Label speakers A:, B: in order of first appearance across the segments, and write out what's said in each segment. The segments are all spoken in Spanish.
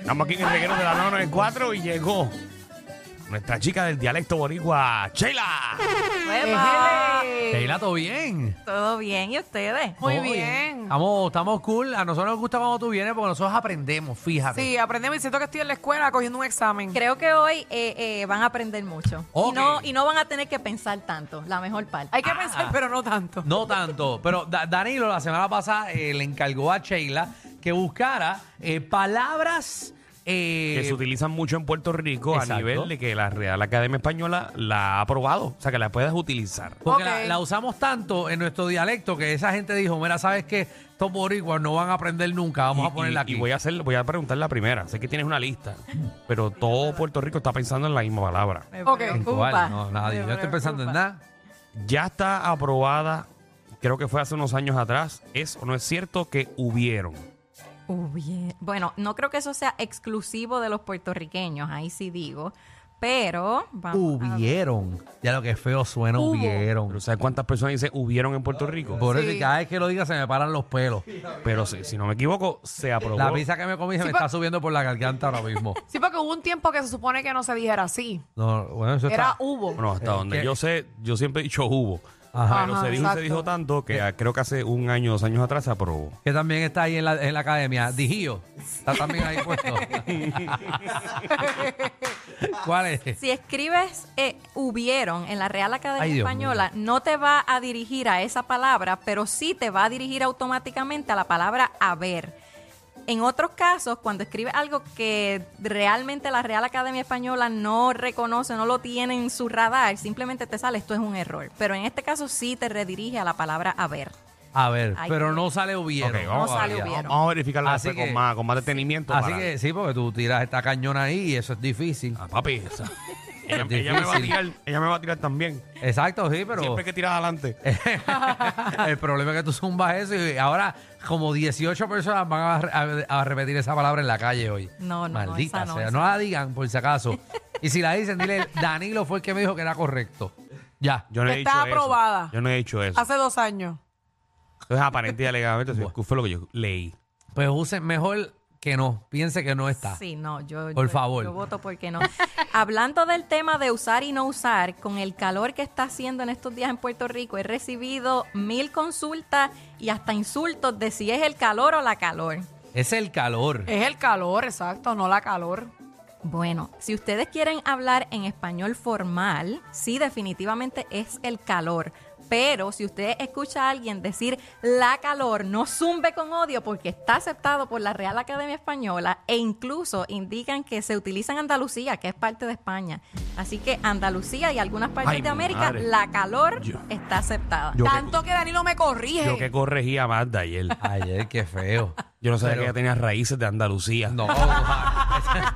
A: Estamos aquí en el reguero de la 994 y llegó nuestra chica del dialecto boricua, Sheila.
B: ¡Epa!
C: Sheila, ¿todo bien?
B: Todo bien, ¿y ustedes?
D: Muy
C: Todo
D: bien.
C: Estamos, estamos cool. A nosotros nos gusta cuando tú vienes porque nosotros aprendemos, fíjate.
D: Sí, aprendemos y siento que estoy en la escuela cogiendo un examen.
B: Creo que hoy eh, eh, van a aprender mucho.
C: Ok.
B: Y, no, y no van a tener que pensar tanto, la mejor parte.
D: Hay que pensar, pero no tanto.
C: No tanto, pero Da- Danilo la semana pasada eh, le encargó a Sheila que buscara eh, palabras... eh,
A: Que se utilizan mucho en Puerto Rico a
C: Exacto.
A: nivel de que la Real Academia Española la ha aprobado. O sea, que la puedes utilizar.
C: porque
D: Ok.
C: la, la usamos tanto en nuestro dialecto que esa gente dijo, mira, ¿sabes qué? Estos boricuas no van a aprender nunca, vamos
A: Y-
C: a ponerla
A: y-
C: aquí.
A: Y voy a, hacer, voy a preguntar la primera. Sé que tienes una lista, pero todo Puerto Rico está pensando en la misma palabra.
B: Me
D: Ok.
C: ¿En cuál?
B: preocupa.
C: No, nadie.
B: Me
C: Yo estoy pensando en
B: preocupa.
C: nada.
A: Ya está aprobada, creo que fue hace unos años atrás. ¿Es o no es cierto que hubieron?
B: Uh, bien. Bueno, no creo que eso sea exclusivo de los puertorriqueños, ahí sí digo. Pero vamos a-
C: Hubieron. Ya lo que feo suena,
B: Hubo.
C: hubieron.
A: Pero ¿sabes cuántas personas dicen hubieron en Puerto Rico?
C: Por eso
D: Sí.
C: que cada vez que lo diga se me paran los pelos.
A: Pero si, si no me equivoco, se aprobó.
C: La pizza que me comí se
D: Sí,
C: me
D: pa-
C: está subiendo por la garganta ahora mismo.
D: Sí, porque hubo un tiempo que se supone que no se dijera así.
C: No, bueno, eso
D: Era
C: está.
D: hubo.
A: Bueno, hasta
C: Eh,
A: donde
C: que-
A: yo sé, yo siempre he dicho hubo.
C: Ajá. Eh.
A: Pero
D: Ajá,
A: se dijo, y se
D: exacto.
A: dijo tanto que ah, creo que hace un año, dos años atrás se aprobó.
C: Que también está ahí en la, en la academia. Dijío. Está también ahí puesto. ¿Cuál es?
B: Si escribes eh, hubieron en la Real Academia
C: Ay, Dios
B: Española, no te va a dirigir a esa palabra, pero sí te va a dirigir automáticamente a la palabra haber. En otros casos, cuando escribes algo que realmente la Real Academia Española no reconoce, no lo tiene en su radar, simplemente te sale esto es un error. Pero en este caso sí te redirige a la palabra haber.
C: A ver,
B: Ay,
C: pero
B: qué-
C: no sale hubieron.
A: Ok,
B: vamos No sale
C: todavía.
B: hubieron.
A: Vamos a verificarla
C: Así
A: después
C: que-
A: con, más, con más detenimiento.
C: Así
A: para-
C: que sí, porque tú tiras esta cañona ahí y eso es difícil.
A: Ah, papi, esa- ella, ella me va a
C: difícil.
A: tirar, ella me va a tirar también.
C: Exacto, sí, pero Eh.
A: Siempre que tiras adelante.
C: el problema es que tú zumbas eso y ahora como 18 personas van a, re- a- a repetir esa palabra en la calle hoy.
B: No, no, no,
C: Maldita
B: esa no,
C: sea.
B: esa
C: No la digan por si acaso. Y si la dicen, dile, Danilo fue el que me dijo que era correcto. Ya.
A: Yo no he
D: Está
A: dicho eso.
D: aprobada.
A: Yo no he dicho eso.
D: Hace dos años.
A: Entonces, aparente y alegadamente, eso fue lo que yo leí.
C: Pues usen mejor que no. Piense que no está.
B: Sí, no, yo,
C: Por
B: yo-
C: favor.
B: yo voto porque no. Hablando del tema de usar y no usar, con el calor que está haciendo en estos días en Puerto Rico, he recibido mil consultas y hasta insultos de si es el calor o la calor.
C: Es el calor.
D: Es el calor, exacto, no la calor.
B: Bueno, si ustedes quieren hablar en español formal, sí, definitivamente es el calor. Pero si usted escucha a alguien decir la calor, no zumbe con odio porque está aceptado por la Real Academia Española e incluso indican que se utiliza en Andalucía, que es parte de España. Así que Andalucía y algunas partes
A: Ay,
B: de
A: mi
B: América,
A: madre.
B: la calor
A: Yo-
B: está aceptada.
A: Yo que-
D: Tanto que, Danilo me corrige.
A: Yo que corregí a Magda ayer.
C: Ayer, qué feo.
A: Yo no sabía
C: Pero-
A: que ella tenía raíces de Andalucía.
C: No. esa-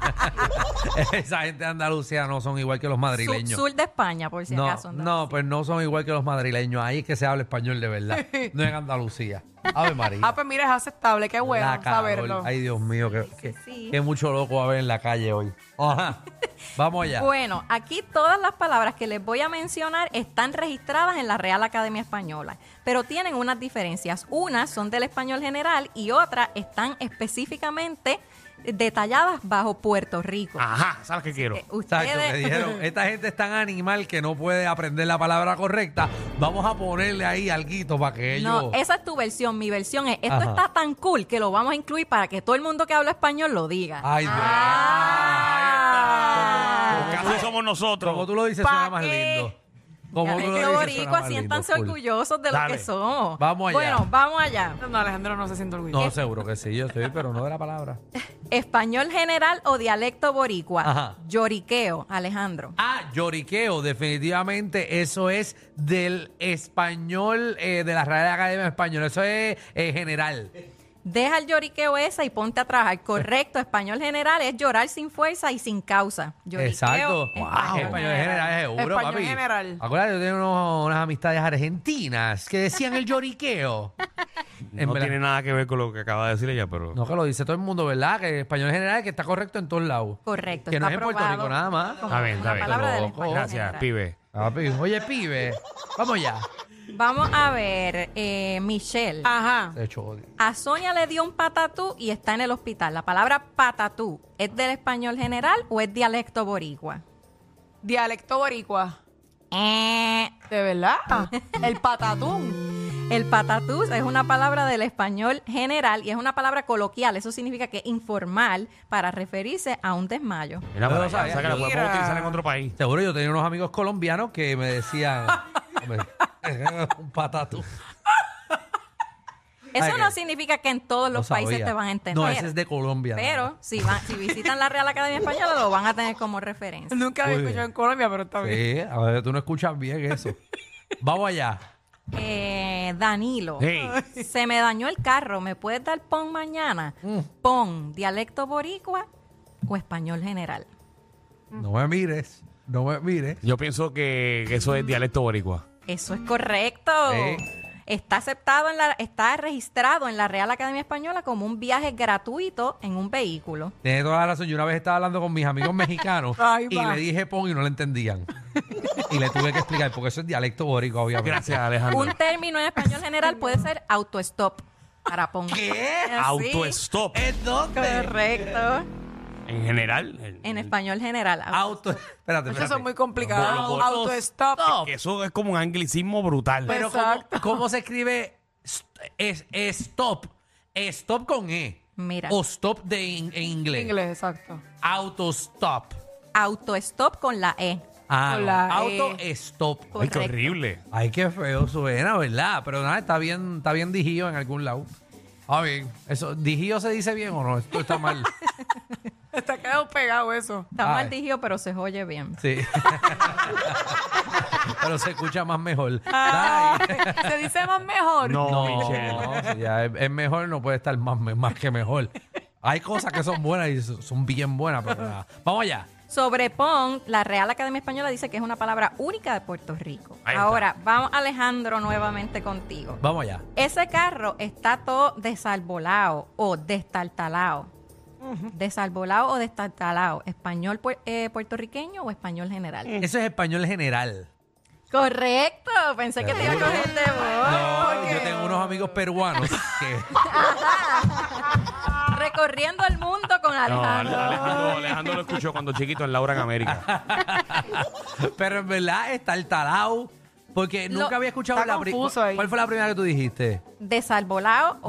C: Esa gente de Andalucía no son igual que los
B: Sur,
C: madrileños.
B: sur de España, por si
C: no,
B: acaso.
C: no, pues no son igual que los madrileños. Ahí es que se habla español de verdad. No en Andalucía. Ave María.
D: Ah, pues mira, es aceptable, qué bueno
C: La calor.
D: saberlo.
C: Ay, Dios mío, que,
B: sí, sí.
C: mucho loco va a haber en la calle hoy. Ajá. Vamos allá.
B: Bueno, aquí todas las palabras que les voy a mencionar están registradas en la Real Academia Española, pero tienen unas diferencias. Unas son del español general y otras están específicamente detalladas bajo Puerto Rico.
A: Ajá, ¿sabes qué quiero?
B: Eh,
C: Ah, Exacto, que dijeron, esta gente es este tan animal que no puede aprender la palabra correcta. Vamos a ponerle ahí alguito para que ellos...
B: No, esa es tu versión. Mi versión es, esto
C: Ajá.
B: está tan cool que lo vamos a incluir para que todo el mundo que habla español lo diga.
C: Ay, Dios.
B: Ah.
A: Los casos somos nosotros.
C: Como tú lo dices,
D: ¿Pa'
C: suena más
D: qué?
C: lindo. Como tú
B: Ya,
C: lo
B: qué
C: dices, suena
B: boricua,
C: más lindo,
B: siéntanse
C: full.
B: orgullosos de
A: Dale.
B: lo que somos.
C: Vamos allá.
B: Bueno, vamos allá.
D: No, Alejandro no se siente orgulloso.
C: No, seguro que sí, yo estoy, pero no de la palabra.
B: Español general o dialecto boricua.
C: Ajá.
B: Lloriqueo, Alejandro.
C: Ah, lloriqueo, definitivamente eso es del español, eh, de la Real Academia Española, eso es eh, general.
B: Deja el lloriqueo esa y ponte a trabajar. Correcto, español general es llorar sin fuerza y sin causa. Lloriqueo,
C: Exacto.
B: español
C: Español general es seguro,
D: Español
C: papi.
D: general.
C: Acuérdate, yo tenía unos- unas amistades argentinas que decían el lloriqueo. En
A: no
C: verdad.
A: tiene nada que ver con lo que acaba de decir ella, pero.
C: No, que lo dice todo el mundo, ¿verdad? Que el español general es que está correcto en todos lados.
B: Correcto.
C: Que no
B: está
C: es en Puerto
B: aprobado
C: Rico nada más.
B: como
A: Está bien, está
B: una
A: bien.
B: palabra del
C: Loco.
B: español
A: Gracias,
B: general.
A: pibe.
C: Papi, Oye, pibe, vamos ya.
B: Vamos a ver, eh, Michelle.
D: Ajá.
C: De hecho, odio.
B: A Sonia le dio un patatú y está en el hospital. La palabra patatú, ¿es del español general o es dialecto boricua?
D: Dialecto boricua.
B: Eh,
D: ¿De verdad? El patatún.
B: El patatús es una palabra del español general y es una palabra coloquial. Eso significa que es informal para referirse a un desmayo.
A: Mira,
C: No
A: para
C: lo
A: allá, o
C: sabía.
A: sea, que la podemos
D: Mira.
A: utilizar en otro país.
C: Seguro yo tenía unos amigos colombianos que me decían hombre, un patatú.
B: Eso
C: Ay,
B: no
C: que-
B: significa que en todos
C: Lo
B: los países
C: Ah, sabía.
B: te van a entender.
C: No, ese es de Colombia. nada
B: Pero
C: más.
B: si, van- si visitan la Real Academia Española lo van a tener como referencia.
D: Nunca había
C: Muy
D: escuchado
C: bien.
D: en Colombia, pero está bien.
C: Sí, a ver, tú no escuchas bien eso. Vamos allá.
B: Eh, Danilo.
A: Hey,
B: Se me dañó el carro, ¿me puedes dar pon mañana?
C: Mm.
B: Pon, dialecto boricua o español general.
C: No me mires. No me mires.
A: yo pienso que eso es dialecto boricua.
B: Eso es correcto.
C: Sí.
B: Está aceptado en la, está registrado en la Real Academia Española como un viaje gratuito en un vehículo.
C: Tienes toda la razón. Yo una vez estaba hablando con mis amigos mexicanos
D: Ay,
C: y
D: va.
C: le dije pon y no le entendían. y le tuve que explicar porque eso es dialecto bórico, obviamente.
A: Gracias, Alejandro.
B: Un término en español general puede ser autostop para pon. ¿Qué?
A: Auto-stop.
C: ¿En dónde?
B: Correcto.
A: En general. el-
B: En español general.
C: Auto. Espérate,
D: Eso es
C: espérate.
D: muy complicado.
A: Los bolos.
D: Autostop.
A: que Eso es como un anglicismo brutal.
C: Pero ¿cómo,
D: Exacto.
C: cómo se escribe st- es, stop? Stop con E.
B: Mira.
C: O stop de in- en inglés.
D: Inglés, exacto.
C: Auto stop.
B: Autostop con la E.
C: Ah,
D: Con
C: no.
D: la E.
C: auto stop.
A: Ay, qué
B: correcto.
A: horrible.
C: Ay, qué feo suena, ¿verdad? Pero nada, está bien, está bien digido en algún lado. Ah, bien. Eso, ¿digido se dice bien o no? Esto está mal.
D: Está quedado pegado eso.
B: Está
C: Ay.
B: mal digido, pero se oye bien.
C: Sí. Pero se escucha más mejor.
D: Ay,
C: Ay.
D: Se dice más mejor.
A: No.
C: No, no, ya es, es mejor, no puede estar más, me- más que mejor. Hay cosas que son buenas y so- son bien buenas, pero nada. Vamos allá.
B: Sobre pon, la Real Academia Española dice que es una palabra única de Puerto Rico.
A: Ahí está.
B: Ahora, vamos Alejandro nuevamente contigo.
C: Vamos allá.
B: Ese carro está todo desalbolado o destartalado. Desalbolado o destartalado. ¿Español puer- eh, puertorriqueño o español general?
C: Eso es español general.
B: Correcto. Pensé que te iba a
C: Seguro.
B: coger de voz.
C: No, yo tengo unos amigos peruanos que.
B: Recorriendo el mundo con
A: No, Ale-
B: Alejandro.
A: Alejandro, Alejandro lo escuchó cuando chiquito en Laura en América.
C: Pero en verdad está el talao. Porque
B: Lo-
C: nunca había escuchado
D: está
C: la pri-
D: confuso ahí.
C: ¿Cuál fue la primera que tú dijiste?
B: Desalbolado o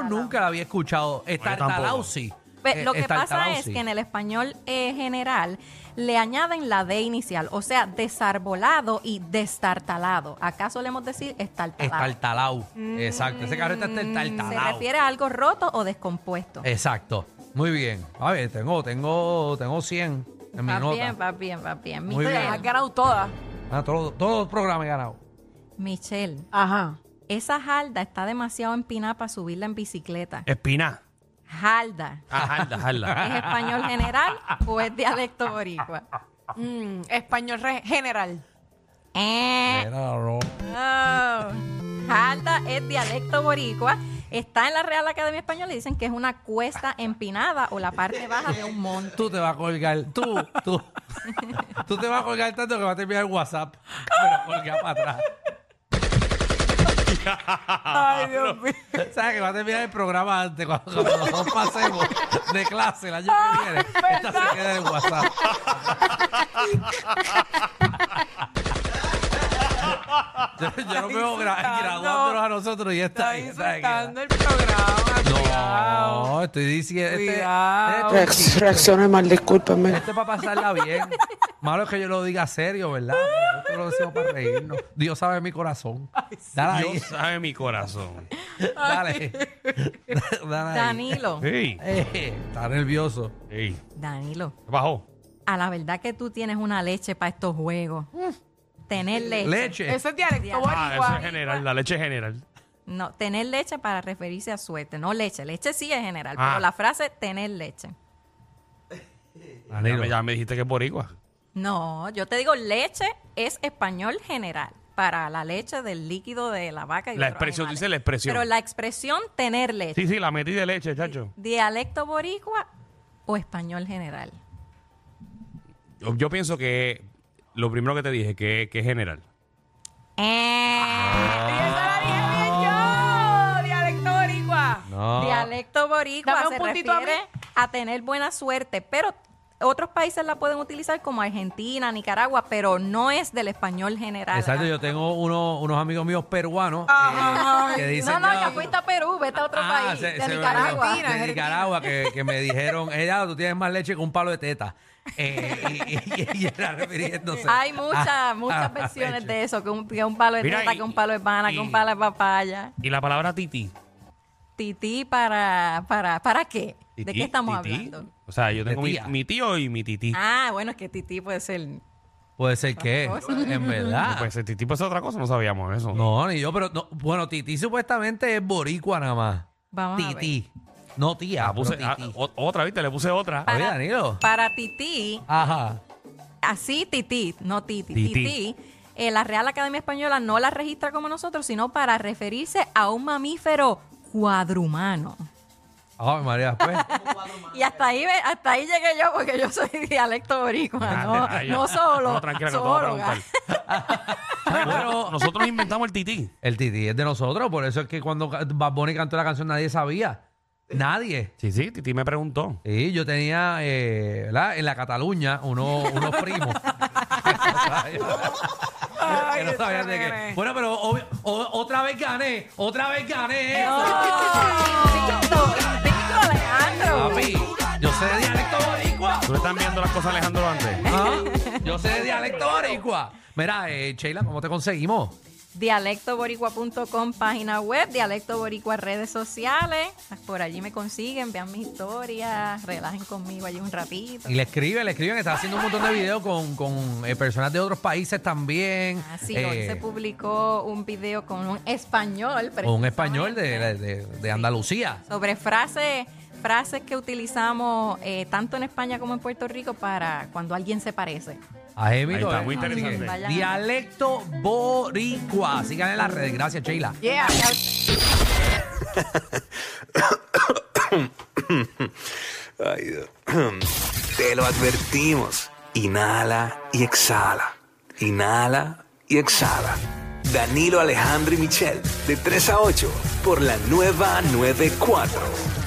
B: destartalado.
C: nunca la había escuchado. Está el
A: tampoco.
C: talao, sí.
B: Pe-
C: Eh,
B: Lo que
C: estartalao,
B: pasa es
C: sí.
B: que en el español eh, general le añaden la D inicial, o sea, desarbolado y destartalado. Acá solemos decir
C: Está
B: estartalado.
C: el talao. Exacto. Ese carro está el
B: Mm. Se
C: talao. Eh,
B: refiere a algo roto o descompuesto.
C: Exacto. Muy bien. A ver, tengo, tengo, tengo 100 en mi
B: Va
C: nota.
B: bien, va bien, va bien.
C: Muy
D: Te
B: Michelle,
C: bien.
D: las has ganado todas.
C: Ah, todo- todos los programas he ganado.
B: Michelle,
D: Ajá.
B: esa jalda está demasiado empinada para subirla en bicicleta.
A: Espina.
C: Eh.
B: Jalda.
A: Ajá, jalda, jalda.
C: Ah.
B: ¿Es español general o es dialecto boricua?
D: Mm, español re- general.
B: Eh.
C: Era, no.
B: Oh. Jalda es dialecto boricua. Está en la Real Academia Española y dicen que es una cuesta empinada o la parte baja de un monte.
C: Tú te vas a colgar. Tú, tú. tú te vas a colgar tanto que vas a terminar el WhatsApp. Pero colgar para atrás.
D: Ay, Dios mío.
C: ¿Sabes que va a terminar el programa antes? Cuando, cuando nosotros pasemos de clase el año
D: Ah,
C: que viene, esta se queda en el WhatsApp. yo, yo no veo gra-
D: insultando.
C: graduándonos a nosotros y esta
D: Está
C: ahí. esta ahí
D: insultando el programa.
C: queda.
D: cuidado.
C: No, estoy diciendo. este-
D: Cuidado.
C: Este,
E: Reacc- Reaccione mal, discúlpame.
C: este es para pasarla bien. Malo es que yo lo diga serio, ¿verdad? Nosotros lo decimos para reírnos. Dios sabe mi corazón. Dale ahí.
A: Dios sabe mi corazón.
C: Dale. Dale ahí.
B: Danilo,
A: Sí.
C: Eh, está nervioso.
A: Sí.
B: Danilo,
A: Bajó.
B: a la verdad que tú tienes una leche para estos juegos. Tener leche.
C: Mm. Leche.
D: Ese es dialecto
A: Ah, eso es
D: boricua.
A: general, la leche general.
B: No, tener leche para referirse a suerte. No leche, leche sí es general,
A: Ah.
B: pero la frase tener leche.
A: Ya me- ya me dijiste que es boricua.
B: No, yo te digo leche es español general para la leche del líquido de la vaca y
A: La
B: otros
A: expresión,
B: animales.
A: dice la expresión.
B: Pero la expresión tener leche.
A: Sí, sí, la metí de leche, chacho.
B: ¿Dialecto boricua o español general?
A: Yo, yo pienso que lo primero que te dije, que, que es general. Ah.
B: Eh,
D: Y esa la dije bien yo, dialecto boricua.
C: No.
B: Dialecto boricua
D: Dame un
B: se
D: puntito a mí.
B: refiere a, tener buena suerte, pero otros países la pueden utilizar como Argentina, Nicaragua, pero no es del español general.
C: Exacto,
B: Ah.
C: yo tengo uno- unos amigos míos peruanos eh, que dicen
B: no, no,
C: ya-
B: ya fuiste a Perú, vete a otro
C: Ah,
B: país,
C: se-
B: de
C: se me
B: Nicaragua.
C: olvidó. De
D: Argentina.
C: Nicaragua, que, que me dijeron, ella, tú tienes más leche que un palo de teta. Eh, y, y- y era refiriéndose.
B: Hay muchas,
C: a- a
B: muchas
C: la
B: versiones
C: leche.
B: de eso, que un, que un palo de
A: Mira,
B: teta,
A: y-
B: que un palo de pana,
A: y-
B: que un palo de papaya.
A: Y la palabra titi.
B: Tití para, para, ¿para qué? ¿De
A: Tití,
B: qué estamos
A: tití.
B: hablando?
A: O sea, yo
C: De
A: tengo mi,
C: tía.
A: mi tío y mi tití.
B: Ah, bueno, es que tití puede ser.
C: Puede ser que, en verdad.
A: No, Pues el tití pues es otra cosa, no sabíamos eso.
C: No, ni yo, pero no, bueno, Titi supuestamente es boricua nada más.
B: Vamos a ver.
C: Titi. No tía,
A: La puse
C: pero
A: ah,
C: Titi.
A: o- otra, ¿viste? Le puse otra.
B: Ah,
C: Oye, Danilo.
B: Para tití,
C: Ajá.
B: así tití, no titi,
A: Tití.
B: tití. eh, la Real Academia Española no la registra como nosotros, sino para referirse a un mamífero cuadrumano.
C: Ay, María, pues.
B: Y hasta ahí, ve- hasta ahí llegué yo porque yo soy dialecto boricua, no,
A: Ah, ya.
B: no solo.
A: No, tranquila, que no te voy a
B: zoóloga.
A: preguntar. Nosotros- Nosotros inventamos el tití.
C: El Titi es de nosotros, por eso es que cuando ca- Bad Bunny cantó la canción nadie sabía. Nadie.
A: Sí, sí, Titi me preguntó.
C: Y yo tenía, eh, ¿verdad? En la Cataluña, uno- unos primos. Que no sabían de qué. Bueno, pero obvio- o- otra vez gané, otra vez gané.
B: Invicto, invicto, Ah, Alejandro.
C: Papi, yo sé de dialecto boricua.
A: ¿Tú le estás viendo las cosas a Alejandro antes?
C: Ah, Yo sé de dialecto boricua. Mira, eh, Sheila, ¿cómo te conseguimos?
B: dialectoboricua.com, página web, Dialecto Boricua, redes sociales. Por allí me consiguen, vean mis historias, relajen conmigo allí un ratito.
C: Y le escriben, le escriben. Está haciendo un montón de videos con, con eh, personas de otros países también.
B: Ah, sí,
C: Eh,
B: hoy se publicó un video con un español.
C: un español de,
B: precisamente,
C: de- de Andalucía.
B: Sobre frases, frases que utilizamos eh, tanto en España como en Puerto Rico para cuando alguien se parece.
C: A eh,
A: Ahí está, muy interesante.
C: Dialecto boricua. Sigan en las redes. Gracias, Sheila.
D: Yeah.
F: Ay, Dios. Te lo advertimos. Inhala y exhala. Inhala y exhala. Danilo Alejandro y Michel, de 3 a 8, por la nueva 94.